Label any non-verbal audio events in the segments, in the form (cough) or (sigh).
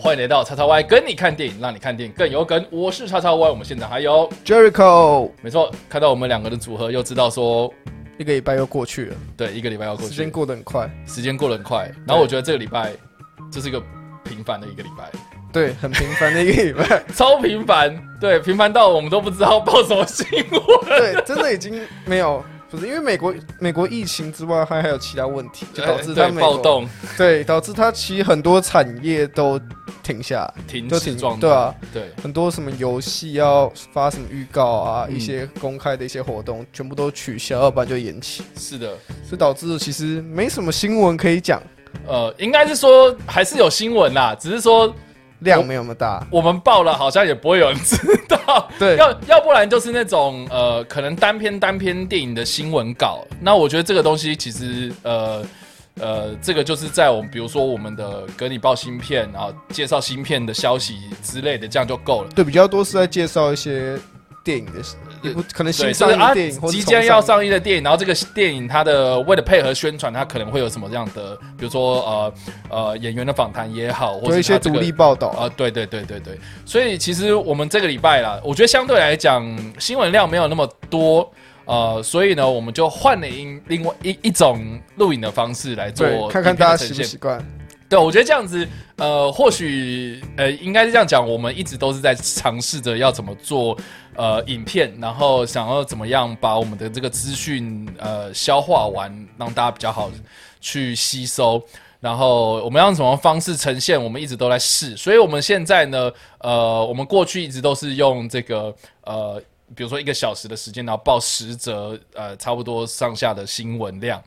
欢迎来到叉叉 Y 跟你看电影，让你看电影更有梗。我是叉叉 Y，我们现场还有， Jericho，没错，看到我们两个人组合，又知道说，一个礼拜又过去了，对，一个礼拜要过时间去，过得很快，时间过得很快。然后我觉得这个礼拜，这是一个平凡的一个礼拜， (laughs) 对，很平凡的一个礼拜，超平凡，对，平凡到我们都不知道报什么新闻。对，真的已经没有，不是因为美国美国疫情之外，还还有其他问题， (laughs) 就导致它对美国暴，动、对，导致它其实很多产业都停下来，停都止停状态，对啊，对很多什么游戏要发什么预告啊，嗯一些公开的一些活动全部都取消，要不然就延期，是的，所以导致其实没什么新闻可以讲，呃，应该是说还是有新闻啦，只是说哦量没有那么大，我们报了，好像也不会有人知道。对要要不然就是那种呃，可能单篇单篇电影的新闻稿。那我觉得这个东西其实呃呃，这个就是在我们比如说我们的跟你报新片，然后介绍新片的消息之类的，这样就够了。对，比较多是在介绍一些电影的，也不可对，能新就上是映啊的电影，或，者即将要上映的电影，然后这个电影它的为了配合宣传，它可能会有什么样的，比如说呃呃演员的访谈也好，或者有一些它这独个立报道啊、对对对对对，所以其实我们这个礼拜啦，我觉得相对来讲新闻量没有那么多，呃，所以呢，我们就换了一另外一一种录影的方式来做对，看看影片大的家呈习不现习惯。对，我觉得这样子，呃，或许呃，应该是这样讲，我们一直都是在尝试着要怎么做呃影片，然后想要怎么样把我们的这个资讯呃消化完，让大家比较好去吸收。然后我们要用什么方式呈现，我们一直都在试。所以我们现在呢，呃，我们过去一直都是用这个呃。比如说一个小时的时间，然后报十则，呃，差不多上下的新闻量，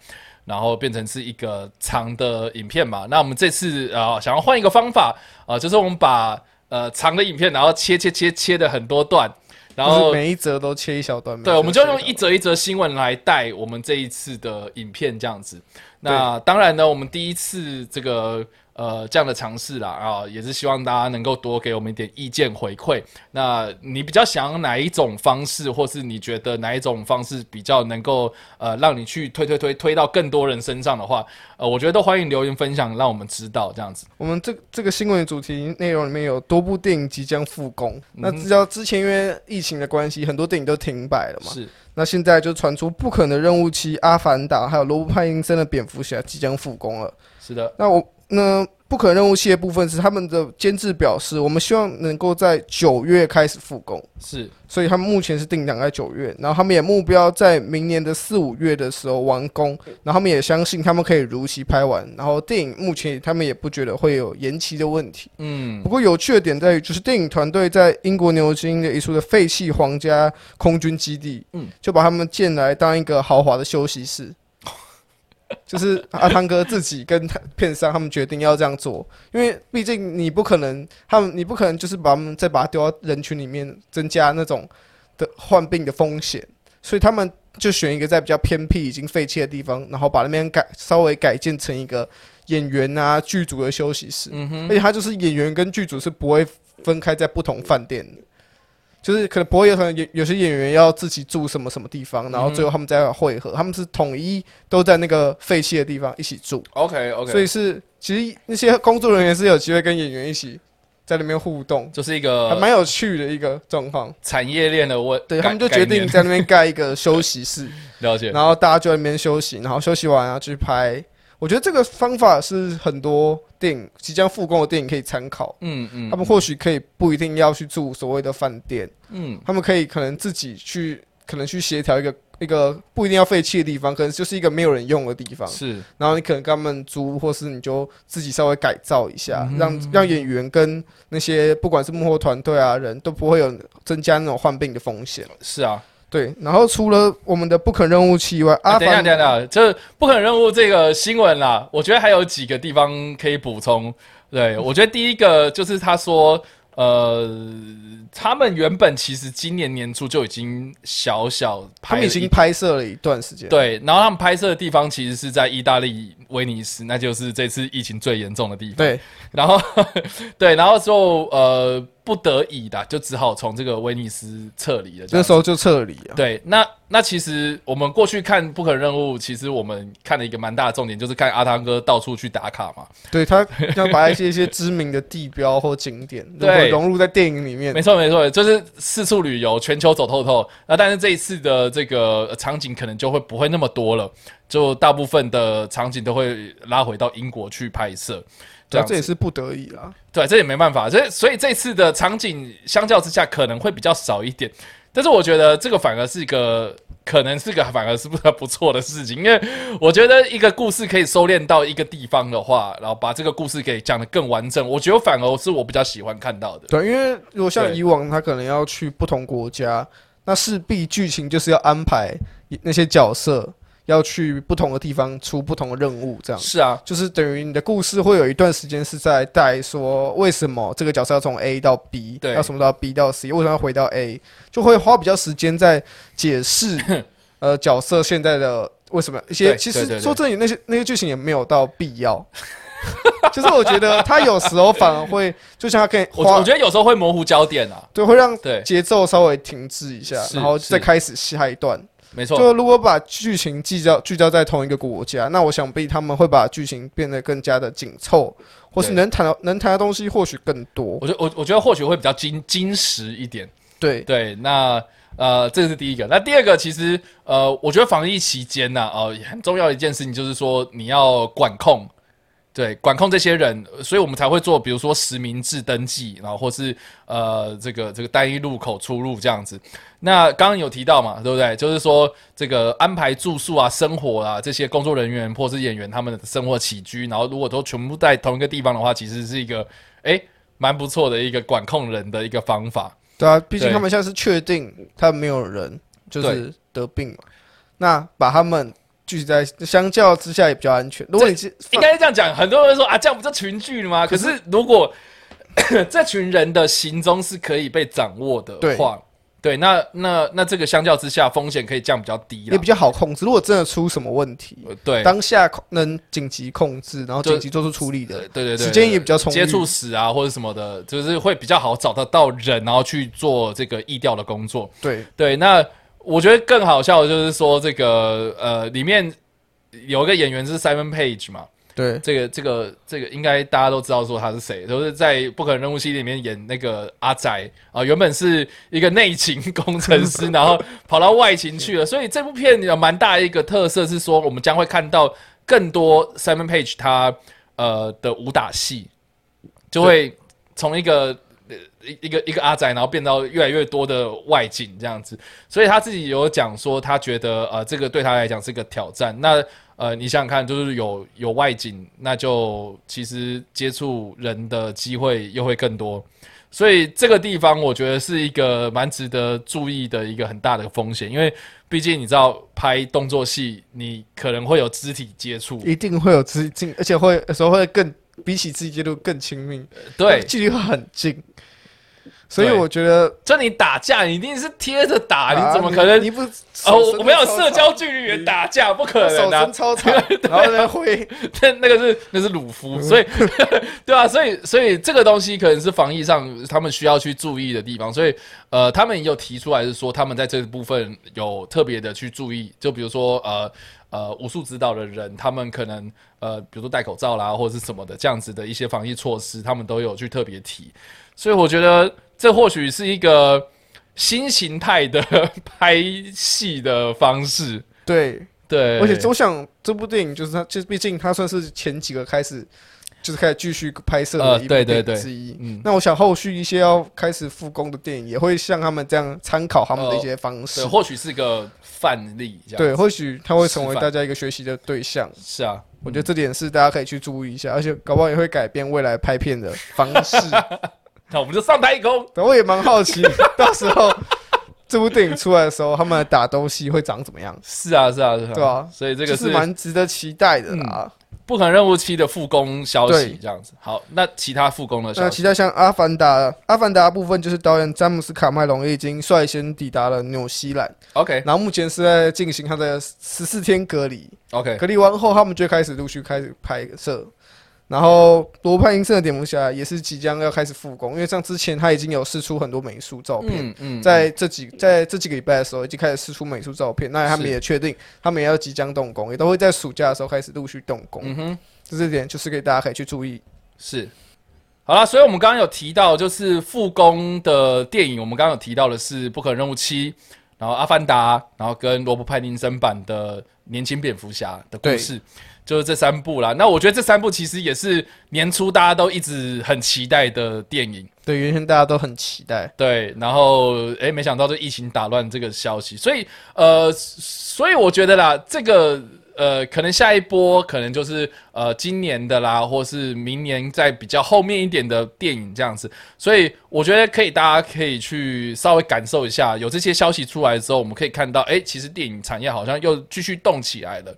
然后变成是一个长的影片嘛。那我们这次呃想要换一个方法啊、呃就是我们把呃长的影片，然后切切切切的很多段，然就后是每一则都切一小段。对，每我们就则用一切小段则一则新闻来带我们这一次的影片这样子。那当然呢，我们第一次这个呃这样的尝试啦啊，也是希望大家能够多给我们一点意见回馈。那你比较想要哪一种方式，或是你觉得哪一种方式比较能够呃让你去推推推推到更多人身上的话，呃，我觉得都欢迎留言分享，让我们知道这样子。我们这这个新闻的主题内容里面有多部电影即将复工。嗯那知道之前因为疫情的关系，很多电影都停摆了嘛。是那现在就传出《不可能任务七》《阿凡达》还有罗伯·派因森的《蝙蝠侠》即将复工了。是的，那我那《不可能任务七》的部分是他们的监制表示，我们希望能够在九月开始复工。是所以他们目前是定档在九月，然后他们也目标在明年的四五月的时候完工，然后他们也相信他们可以如期拍完，然后电影目前他们也不觉得会有延期的问题。嗯不过有趣的点在于，就是电影团队在英国牛津的一处的废弃皇家空军基地，嗯嗯，就把他们建来当一个豪华的休息室。 (laughs) 就是阿汤哥自己跟他片商他们决定要这样做，因为毕竟你不可能，他们你不可能就是把他们再把它丢到人群里面，增加那种的患病的风险，所以他们就选一个在比较偏僻、已经废弃的地方，然后把那边改稍微改建成一个演员啊剧组的休息室。嗯哼而且他就是演员跟剧组是不会分开在不同饭店的，就是可能不会有可能有有些演员要自己住什么什么地方，然嗯后最后他们再汇合，他们是统一都在那个废弃的地方一起住， ，OK OK，所以是其实那些工作人员是有机会跟演员一起在那边互动，就是一还个蛮有趣的一个状况。产业链的问，对概他们就决概定念在那边盖一个休息室，了解，然后大家就在那边休息，然后休息完啊去拍。我觉得这个方法是很多电影即将复工的电影可以参考。嗯嗯，他们或许可以啊不一定要去住所谓的饭店，嗯。他们可以可能自己去，可能去协调一个一个不一定要废弃的地方，可能就是一个没有人用的地方，是然后你可能跟他们租，或是你就自己稍微改造一下，嗯让让演员跟那些不管是幕后团队啊人都不会有增加那种患病的风险。是啊，对，然后除了我们的不可任务期以外，啊阿等一下凡等一下，等一下，这不可能任务这个新闻啦，我觉得还有几个地方可以补充。 (laughs) 对，我觉得第一个就是他说，呃，他们原本其实今年年初就已经小小拍他了们一，已经拍摄了一段时间，，对，然后他们拍摄的地方其实是在意大利威尼斯， (laughs) 那就是这次疫情最严重的地方。对然后对，然后就呃，不不得已的，就只好从这个威尼斯撤离了。这那样时候就撤离啊。对，那那其实我们过去看《不可能任务》，其实我们看了一个蛮大的重点，就是看阿汤哥到处去打卡嘛。(laughs) 对他要把一些一些知名的地标或景点如何对融入在电影里面没。错，没错，就是四处旅游，全球走透透。那但是这一次的这个呃场景可能就会不会那么多了，就大部分的场景都会拉回到英国去拍摄。这对啊，样这子也是不得已啦。对，这也没办法。所以所以这次的场景相较之下可能会比较少一点，但是我觉得这个反而是一个。可能是个反而是不 (laughs) 不错的事情，因为我觉得一个故事可以收敛到一个地方的话，然后把这个故事给讲得更完整，我觉得反而是我比较喜欢看到的。对，因为如果像对以往他可能要去不同国家，那势必剧情就是要安排那些角色要去不同的地方出不同的任务，这样是啊，就是等于你的故事会有一段时间是在带说为什么这个角色要从 A 到 B，对要什么到 B 到 C，为什么要回到 A，就会花比较时间在解 (laughs) 释呃角色现在的为什么一些对其对对实对说真的，那些那些剧情也没有到必要。 (laughs) 就是我觉得他有时候反而会，就像他可以我花我觉得有时候会模糊焦点啊，对，会让对节奏稍微停滞一下，是然后再是开始下一段。没错，就如果把剧情聚焦聚焦在同一个国家，那我想必他们会把剧情变得更加的紧凑，或是对能谈到能谈的东西或许更多。我觉得我我觉得或许会比较矜矜实一点。对，对，那呃，这是第一个。那第二个，其实呃，我觉得防疫期间呢、呃，也很重要的一件事情就是说你要管控。对，管控这些人，呃所以我们才会做，比如说实名制登记，然后或是呃，这个这个单一入口出入这样子。那刚刚有提到嘛，对不对？就是说这个安排住宿啊、生活啊，这些工作人员或是演员他们的生活起居，然后如果都全部在同一个地方的话，其实是一个诶蛮不错的一个管控人的一个方法。对啊，毕竟对他们现在是确定他们没有人就是得病嘛，那把他们聚集在相较之下也比较安全。如果你是应该是这样讲，很多人说啊，这样不就群聚了吗？可是如果 (coughs) 这群人的行踪是可以被掌握的话，对，那那那这个相较之下，风险可以降比较低也了比。较好控制，如果真的出什么问题，呃对，当下控能紧急控制，然后就紧急做出处理的对，对对，对时间也比较充裕接触史啊或者什么的，就是会比较好找得到人，然后去做这个疫调的工作。对。对，那我觉得更好笑的就是说，这个呃，里面有一个演员是 Simon Page 嘛，对，这个这个这个应该大家都知道说他是谁，就是在《不可能任务》系列里面演那个阿宅啊、原本是一个内勤工程师，然后跑到外勤去了。所以这部片有蛮大的一个特色是说，我们将会看到更多 Simon Page 他呃的武打戏，就会从一个。呃一一个一个阿宅，然后变到越来越多的外景这样子，所以他自己有讲说，他觉得呃，这个对他来讲是个挑战。那呃，你想想看，就是有有外景，那就其实接触人的机会又会更多。所以这个地方，我觉得是一个蛮值得注意的一个很大的风险，因为毕竟你知道拍动作戏，你可能会有肢体接触，一定会有自己近，而且会有时候会更比起自己接触更亲密，对， (laughs) 距离会很近。所以对我觉得啊就你打架，你一定是贴着打，啊你怎么可你能？不哦，手我伸我没有超社长交距离也打架，不可手能啊伸！超长，然后呢会 (laughs) 那那个是那是鲁夫，嗯所以 (laughs) 对啊，所以所以这个东西可能是防疫上他们需要去注意的地方，所以呃，他们也有提出来是说他们在这部分有特别的去注意，就比如说呃呃武术指导的人，他们可能呃比如说戴口罩啦或者是什么的这样子的一些防疫措施，他们都有去特别提，所以我觉得这或许是一个新形态的 (laughs) 拍戏的方式，对，对，而且我想这部电影就是它，就是毕竟它算是前几个开始就是开始继续拍摄的呃一部对电对影对之一。嗯。那我想后续一些要开始复工的电影也会像他们这样参考他们的一呃些方式对，，或许是个范例，这样对，或许它会成为示范大家一个学习的对象。是啊，我觉得这点是大家可以去注意一下，而且搞不好也会改变未来拍片的方式。那我们就上太空。但我也蛮好奇， (laughs) 到时候这部电影出来的时候，他们的打斗戏会长怎么样？是啊，是啊，是啊。对啊所以这这个是是嗯蛮值得期待的啦。不可能任务期的复工消对息，这样子。好，那其他复工的消那息，期待像《阿凡达》，《阿凡达》部分就是导演詹姆斯·卡麦隆已经率先抵达了纽西兰， OK 然后目前是在进行他的十四天隔离。 OK，隔离完后，他们就开始陆续开始拍摄。然后罗盘银色的蝙蝠侠也是即将要开始复工，因为像之前他已经有试出很多美术照片，嗯嗯，在这几在这几个礼拜的时候已经开始试出美术照片，那他们是也确定他们也要即将动工，也都会在暑假的时候开始陆续动工，嗯哼。这这点就是给大家可以去注意。是。好啦，所以我们刚刚有提到，就是复工的电影，我们刚刚有提到的是《不可能任务七》，然后《阿凡达》，然后跟罗伯·派丁森版的《年轻蝙蝠侠》的故事，就是这三部啦。那我觉得这三部其实也是年初大家都一直很期待的电影，对，原先大家都很期待，对。然后诶，没想到这疫情打乱这个消息，所以呃，所以我觉得啦，这个呃，可能下一波可能就是呃今年的啦，或是明年在比较后面一点的电影这样子。所以我觉得可以，大家可以去稍微感受一下，有这些消息出来之后，我们可以看到，哎、其实电影产业好像又继续动起来了。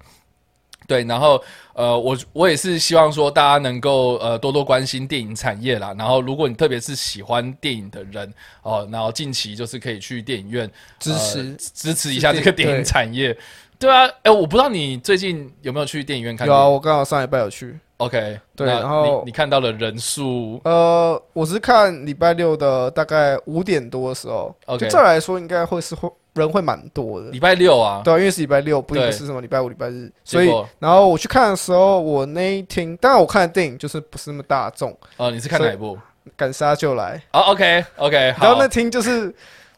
对，然后呃，我我也是希望说大家能够呃多多关心电影产业啦。然后，如果你特别是喜欢电影的人哦，然后近期就是可以去电影院支持呃支持一下这个是电影对产业。对啊，哎、我不知道你最近有没有去电影院看有电影？啊，我刚好上礼拜有去， OK，对那然后你你看到了人数，呃，我是看礼拜六的大概五点多的时候 OK 就这来说应该会是会人会蛮多的，礼拜六啊，对啊，因为是礼拜六，不一定对是什么礼拜五、礼拜日，结所以果然后我去看的时候，我那一天，当然我看的电影就是不是那么大众，呃，你是看所以哪一部？敢杀就来。哦，OK OK，然后好那，厅就是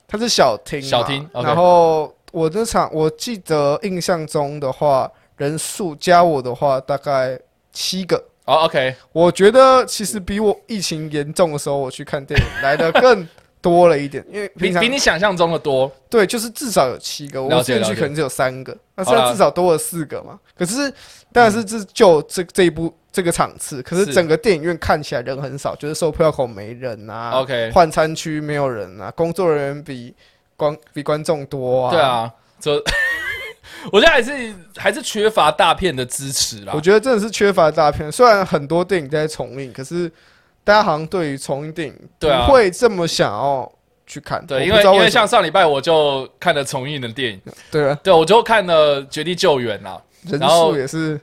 它是小厅嘛，小厅，OK 然后我那场我记得印象中的话，人数加我的话大概七个。哦 OK，我觉得其实比我疫情严重的时候我去看电影来的更多了一点，因为比平常比你想象中的多，对，就是至少有七个，了我解之前了去解可能只有三个，那好啦现在至少多了四个嘛。可是，但是这就这这一部这个场次，可是是整个电影院看起来人很少，就是售票口没人啊 OK 换餐区没有人啊，工作人员比观比观众多啊。对，啊，这 (laughs) 我觉得还是还是缺乏大片的支持啦我。觉得真的是缺乏大片，虽然很多电影在重映，可是大家好像对于重映电影对啊不会这么想要去看。对，我因不为知道因为为什么像上礼拜我就看了重映的电影，对啊，对我就看了《绝地救援》啦。(laughs) 人然后数也是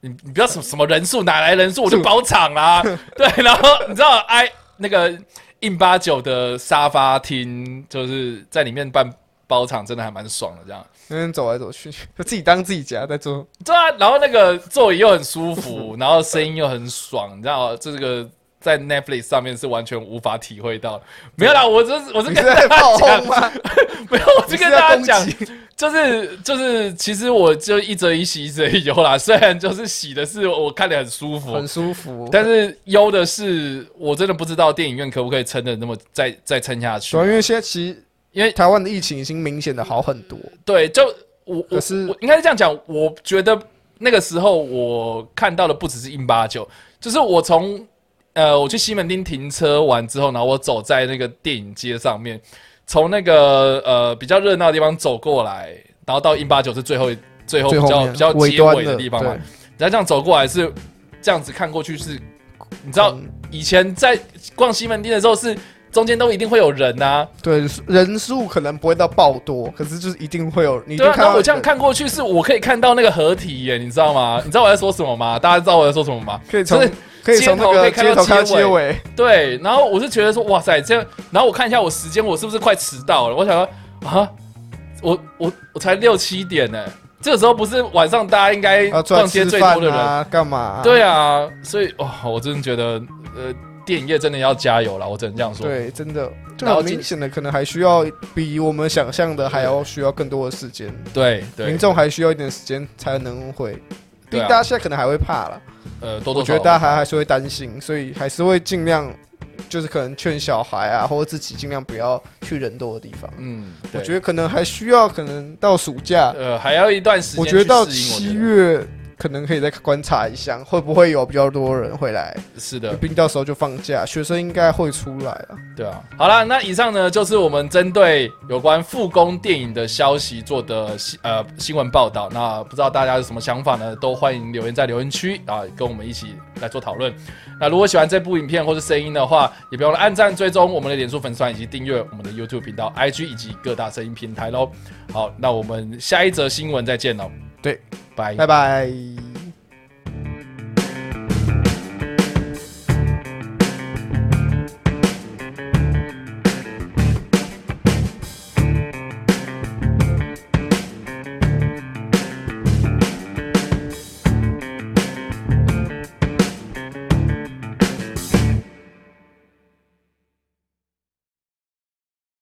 你你不要什么什么人数，哪来人数我就数包场啦。 (laughs) 对，然后你知道哎那个印八九的沙发厅，就是在里面办包场，真的还蛮爽的这样。那边走来走去， (laughs) 就自己当自己家在做。对啊，然后那个座椅又很舒服，然后声音又很爽，你知道这个。在 Netflix 上面是完全无法体会到的，没有啦，我 (laughs) 这是我是你跟是在大炮家轰讲， (laughs) 吗？没有，我你是是跟在大家攻讲，击就是就是，其实我就一则一喜，一则一忧啦。虽然就是喜的是我看得很舒服，很舒服。但是忧的是，我真的不知道电影院可不可以撑的那么再再撑下去主。要因为现在其实因为台湾的疫情已经明显的好很多，对，就我我可是我应该是这样讲，我觉得那个时候我看到的不只是硬八九，就是我从呃我去西门町停车完之后，然后我走在那个电影街上面，从那个呃比较热闹的地方走过来，然后到硬八九是最后最后最比后较面比较尾结端尾的地方嘛，对然后这样走过来是这样子看过去是，你知道嗯以前在逛西门町的时候是中间都一定会有人啊，对人数可能不会到爆多，可是就是一定会有，你一定对啊。看然到后我这样人看过去是我可以看到那个合体耶，你知道吗？你知道我在说什么吗？大家知道我在说什么吗？可以就 (laughs) 从是可以从那个街街头可以看头看到到结结尾，对，然后我是觉得说哇塞这样，然后我看一下我时间，我是不是快迟到了？我想说啊，我我我才六七点呢，这个时候不是晚上大家应该然后出来逛街吃最多饭的人，啊，干嘛？对啊，所以哇，我真的觉得呃。电影业真的要加油了，我只能这样说。对，真的就然后很今明显的，可能还需要比我们想象的还要需要更多的时间，对对，民众还需要一点时间才能回。毕对竟啊大家现在可能还会怕了，呃，多我多觉少得少大家还还是会担心，所以还是会尽量，就是可能劝小孩啊，或者自己尽量不要去人多的地方。嗯，我觉得得可能还需要，可能到暑假，呃还要一段时间，啊我觉得到七，月可能可以再观察一下，会不会有比较多人会来。是的，毕竟到时候就放假，学生应该会出来了。对啊。好啦，那以上呢就是我们针对有关复工电影的消息做的新呃新闻报道。那不知道大家有什么想法呢？都欢迎留言在留言区啊，跟我们一起来做讨论。那如果喜欢这部影片或是声音的话，也别忘了按赞、追踪我们的脸书粉丝团以及订阅我们的 YouTube 频道、IG 以及各大声音平台喽。好，那我们下一则新闻再见喽，哦对，拜拜拜。